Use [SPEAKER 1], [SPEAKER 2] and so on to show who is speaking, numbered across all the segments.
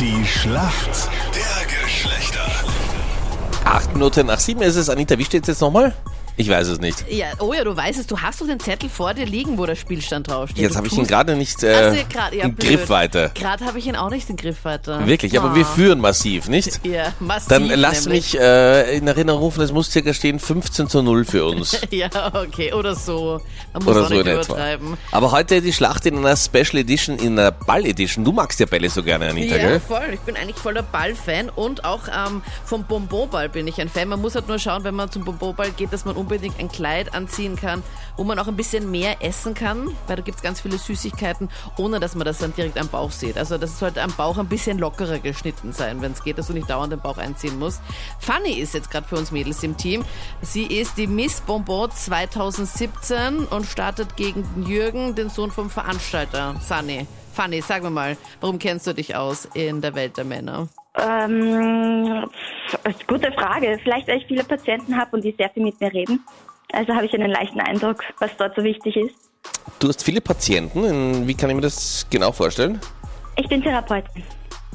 [SPEAKER 1] Die Schlacht der Geschlechter.
[SPEAKER 2] Acht Minuten nach sieben ist es. Anita, wie steht's jetzt nochmal? Ich weiß es nicht.
[SPEAKER 3] Ja, oh ja, du weißt es, du hast doch den Zettel vor dir liegen, wo der Spielstand draufsteht.
[SPEAKER 2] Jetzt
[SPEAKER 3] Du
[SPEAKER 2] habe ich ihn
[SPEAKER 3] tust-
[SPEAKER 2] gerade nicht äh,
[SPEAKER 3] Also, grad- ja,
[SPEAKER 2] im
[SPEAKER 3] blöd.
[SPEAKER 2] Griff weiter.
[SPEAKER 3] Gerade habe ich ihn auch nicht im Griff weiter.
[SPEAKER 2] Wirklich, aber wir führen massiv, nicht?
[SPEAKER 3] Ja, massiv
[SPEAKER 2] Dann lass
[SPEAKER 3] Ah. nämlich.
[SPEAKER 2] mich äh, in Erinnerung rufen, es muss circa stehen 15 zu 0 für uns.
[SPEAKER 3] Ja, okay, oder so. Man muss
[SPEAKER 2] Oder
[SPEAKER 3] auch
[SPEAKER 2] so in
[SPEAKER 3] nicht
[SPEAKER 2] etwa.
[SPEAKER 3] übertreiben.
[SPEAKER 2] Aber heute die Schlacht in einer Special Edition, in einer Ball Edition. Du magst ja Bälle so gerne, Anita,
[SPEAKER 3] Ja,
[SPEAKER 2] gell?
[SPEAKER 3] voll. Ich bin eigentlich voller Ballfan und auch ähm, vom Bonbonball bin ich ein Fan. Man muss halt nur schauen, wenn man zum Bonbonball geht, dass man unbedingt ein Kleid anziehen kann, wo man auch ein bisschen mehr essen kann, weil da gibt's ganz viele Süßigkeiten, ohne dass man das dann direkt am Bauch sieht. Also das sollte am Bauch ein bisschen lockerer geschnitten sein, wenn es geht, dass du nicht dauernd den Bauch einziehen musst. Fanny ist jetzt gerade für uns Mädels im Team. Sie ist die Miss Bonbon 2017 und startet gegen Jürgen, den Sohn vom Veranstalter, Sunny. Fanny, sag mir mal, warum kennst du dich aus in der Welt der Männer?
[SPEAKER 4] Ähm, pf, gute Frage. Vielleicht, weil ich viele Patienten habe und die sehr viel mit mir reden. Also habe ich einen leichten Eindruck, was dort so wichtig ist.
[SPEAKER 2] Du hast viele Patienten. In- Wie kann ich mir das genau vorstellen?
[SPEAKER 4] Ich bin Therapeutin.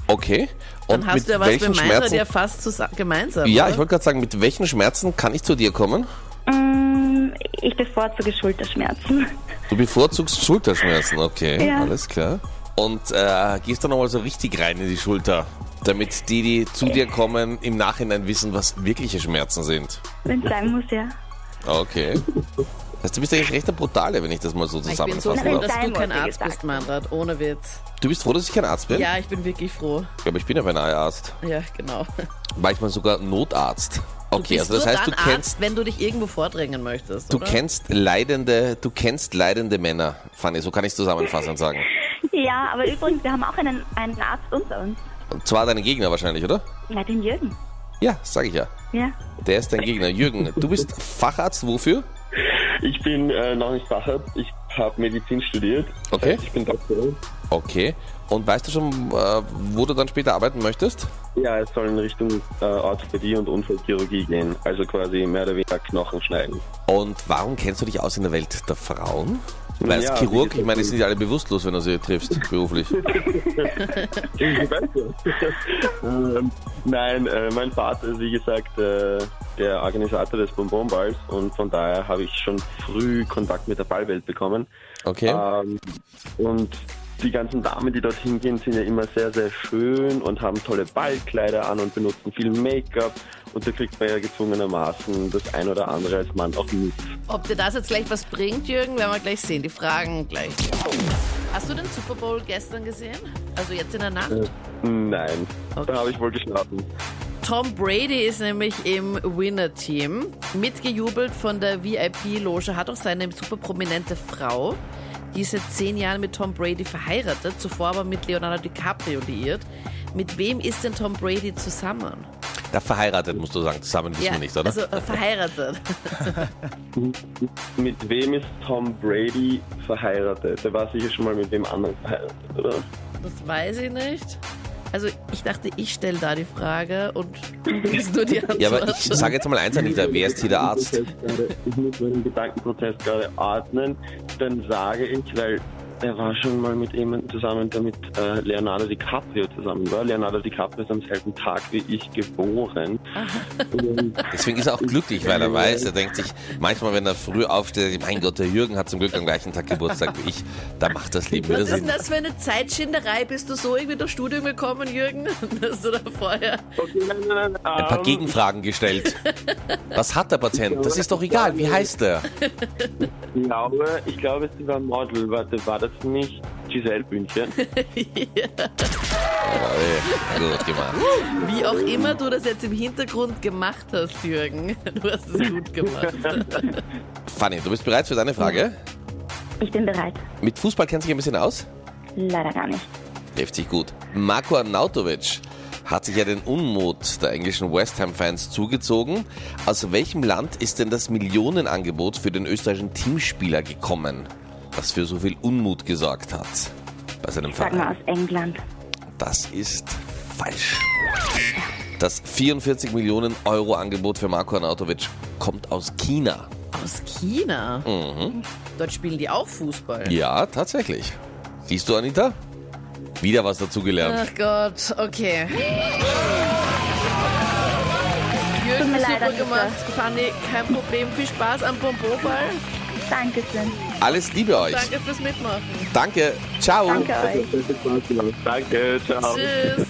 [SPEAKER 2] Okay. Und
[SPEAKER 3] Dann
[SPEAKER 2] mit
[SPEAKER 3] hast du ja was
[SPEAKER 2] welchen
[SPEAKER 3] gemeinsam,
[SPEAKER 2] Schmerzen?
[SPEAKER 3] ja fast zusa- gemeinsam.
[SPEAKER 2] ja,
[SPEAKER 3] oder?
[SPEAKER 2] ich wollte gerade sagen, mit welchen Schmerzen kann ich zu dir kommen?
[SPEAKER 4] Mm, Ich bevorzuge Schulterschmerzen.
[SPEAKER 2] Du bevorzugst Schulterschmerzen, okay,
[SPEAKER 4] Ja.
[SPEAKER 2] alles klar. Und äh, gehst dann nochmal so richtig rein in die Schulter, damit die, die zu dir kommen, im Nachhinein wissen, was wirkliche Schmerzen sind.
[SPEAKER 4] Wenn es sein muss, ja.
[SPEAKER 2] Okay. Heißt, du bist eigentlich recht der Brutale, wenn ich das mal so
[SPEAKER 3] ich bin so
[SPEAKER 2] zusammenfassen
[SPEAKER 3] froh,
[SPEAKER 4] Nein,
[SPEAKER 2] darf.
[SPEAKER 3] dass du
[SPEAKER 4] Diamond,
[SPEAKER 3] kein
[SPEAKER 4] wie
[SPEAKER 3] Arzt
[SPEAKER 4] gesagt.
[SPEAKER 3] bist, Meinrad, ohne Witz.
[SPEAKER 2] Du bist froh, dass ich kein Arzt bin?
[SPEAKER 3] Ja, ich bin wirklich froh.
[SPEAKER 2] Aber ich bin ja beinahe Arzt.
[SPEAKER 3] Ja, genau.
[SPEAKER 2] Manchmal sogar Notarzt.
[SPEAKER 3] Du
[SPEAKER 2] Okay,
[SPEAKER 3] bist
[SPEAKER 2] also das
[SPEAKER 3] nur
[SPEAKER 2] heißt, du
[SPEAKER 3] dann
[SPEAKER 2] kennst,
[SPEAKER 3] Arzt, wenn du dich irgendwo vordrängen möchtest.
[SPEAKER 2] du
[SPEAKER 3] oder?
[SPEAKER 2] kennst leidende, du kennst leidende Männer, Fanny, so kann ich es zusammenfassend sagen.
[SPEAKER 4] Ja, aber übrigens, wir haben auch einen, einen Arzt unter uns.
[SPEAKER 2] Und zwar deine Gegner wahrscheinlich, oder?
[SPEAKER 4] Na, den Jürgen.
[SPEAKER 2] Ja, sag ich ja.
[SPEAKER 4] Ja.
[SPEAKER 2] Der ist dein Gegner. Jürgen, du bist Facharzt wofür?
[SPEAKER 5] Ich bin äh, noch nicht Facharzt, ich habe Medizin studiert.
[SPEAKER 2] Okay.
[SPEAKER 5] Das heißt, Ich bin Doktor.
[SPEAKER 2] Okay. Und weißt du schon, äh, wo du dann später arbeiten möchtest?
[SPEAKER 5] Ja, es soll in Richtung äh, Orthopädie und Unfallchirurgie gehen. Also quasi mehr oder weniger Knochen schneiden.
[SPEAKER 2] Und warum kennst du dich aus in der Welt der Frauen? Weil
[SPEAKER 5] Ja,
[SPEAKER 2] als
[SPEAKER 5] wie
[SPEAKER 2] Chirurg,
[SPEAKER 5] gesagt,
[SPEAKER 2] ich meine, die sind ja alle bewusstlos, wenn du sie triffst, beruflich.
[SPEAKER 5] Ich weiß ja. ähm, nein, äh, mein Vater ist wie gesagt äh, der Organisator des Bonbonballs und von daher habe ich schon früh Kontakt mit der Ballwelt bekommen.
[SPEAKER 2] Okay.
[SPEAKER 5] Ähm, und die ganzen Damen, die dorthin gehen, sind ja immer sehr, sehr schön und haben tolle Ballkleider an und benutzen viel Make-up. Und da kriegt man ja gezwungenermaßen das ein oder andere als Mann auch mit.
[SPEAKER 3] Ob dir das jetzt gleich was bringt, Jürgen, werden wir gleich sehen. Die Fragen gleich. Hast du den Super Bowl gestern gesehen? Also jetzt in der Nacht?
[SPEAKER 5] Nein, da habe ich wohl geschlafen.
[SPEAKER 3] Tom Brady ist nämlich im Winner-Team, mitgejubelt von der VIP-Loge, hat auch seine super prominente Frau. Die ist seit zehn Jahren mit Tom Brady verheiratet, zuvor aber mit Leonardo DiCaprio liiert. Mit wem ist denn Tom Brady zusammen?
[SPEAKER 2] Da verheiratet, musst du sagen. Zusammen wissen wir nicht, oder?
[SPEAKER 3] also äh, verheiratet.
[SPEAKER 5] Mit wem ist Tom Brady verheiratet? Der war sicher schon mal mit wem anderen verheiratet, oder?
[SPEAKER 3] Das weiß ich nicht. Also ich dachte, ich stelle da die Frage und du bist nur die Antwort.
[SPEAKER 2] ja, aber ich sage jetzt mal eins, Anita. Wer ist hier der Arzt?
[SPEAKER 5] Ich muss meinen Gedankenprozess gerade ordnen. Dann sage ich, weil er war schon mal mit jemandem zusammen, der mit äh, Leonardo DiCaprio zusammen war. Leonardo DiCaprio ist am selben Tag wie ich geboren. Und
[SPEAKER 2] Deswegen ist er auch glücklich, weil er weiß, er denkt sich manchmal, wenn er früh aufsteht, mein Gott, der Jürgen hat zum Glück am gleichen Tag Geburtstag wie ich. Da macht das Leben wieder
[SPEAKER 3] Was ist denn
[SPEAKER 2] Sinn.
[SPEAKER 3] das für eine Zeitschinderei? Bist du so irgendwie durchs Studium gekommen, Jürgen? Dass du da vorher...
[SPEAKER 5] okay, nein, nein, nein,
[SPEAKER 2] Ein paar
[SPEAKER 5] ähm,
[SPEAKER 2] Gegenfragen gestellt. Was hat der Patient? Das ist doch egal. Wie heißt er?
[SPEAKER 5] Ich glaube, ich glaube, sie war Model. Warte, war das nicht Giselle Bündchen?
[SPEAKER 2] Gut gemacht.
[SPEAKER 3] Wie auch immer du das jetzt im Hintergrund gemacht hast, Jürgen. Du hast es gut gemacht.
[SPEAKER 2] Fanny, du bist bereit für deine Frage?
[SPEAKER 4] Ich bin bereit.
[SPEAKER 2] Mit Fußball kennst du dich ein bisschen aus?
[SPEAKER 4] Leider gar nicht.
[SPEAKER 2] Trifft sich gut. Marco Arnautovic hat sich ja den Unmut der englischen West Ham-Fans zugezogen. Aus welchem Land ist denn das Millionenangebot für den österreichischen Teamspieler gekommen, das für so viel Unmut gesorgt hat bei seinem
[SPEAKER 4] Sag mal
[SPEAKER 2] Verein?
[SPEAKER 4] aus England.
[SPEAKER 2] Das ist falsch. Das 44 Millionen Euro Angebot für Marco Arnautovic kommt aus China.
[SPEAKER 3] Aus China? Dort spielen die auch Fußball.
[SPEAKER 2] Ja, tatsächlich. Siehst du, Anita? Wieder was dazugelernt.
[SPEAKER 3] Ach Gott, okay. Jürgen,
[SPEAKER 4] Tut mir leid,
[SPEAKER 3] super
[SPEAKER 4] Anita.
[SPEAKER 3] gemacht. Fanny, kein Problem. Viel Spaß am Bonbonball.
[SPEAKER 4] Dankeschön.
[SPEAKER 2] Alles Liebe euch.
[SPEAKER 3] Danke fürs Mitmachen.
[SPEAKER 2] Danke. Ciao.
[SPEAKER 4] Danke euch.
[SPEAKER 5] Danke, ciao.
[SPEAKER 3] Tschüss.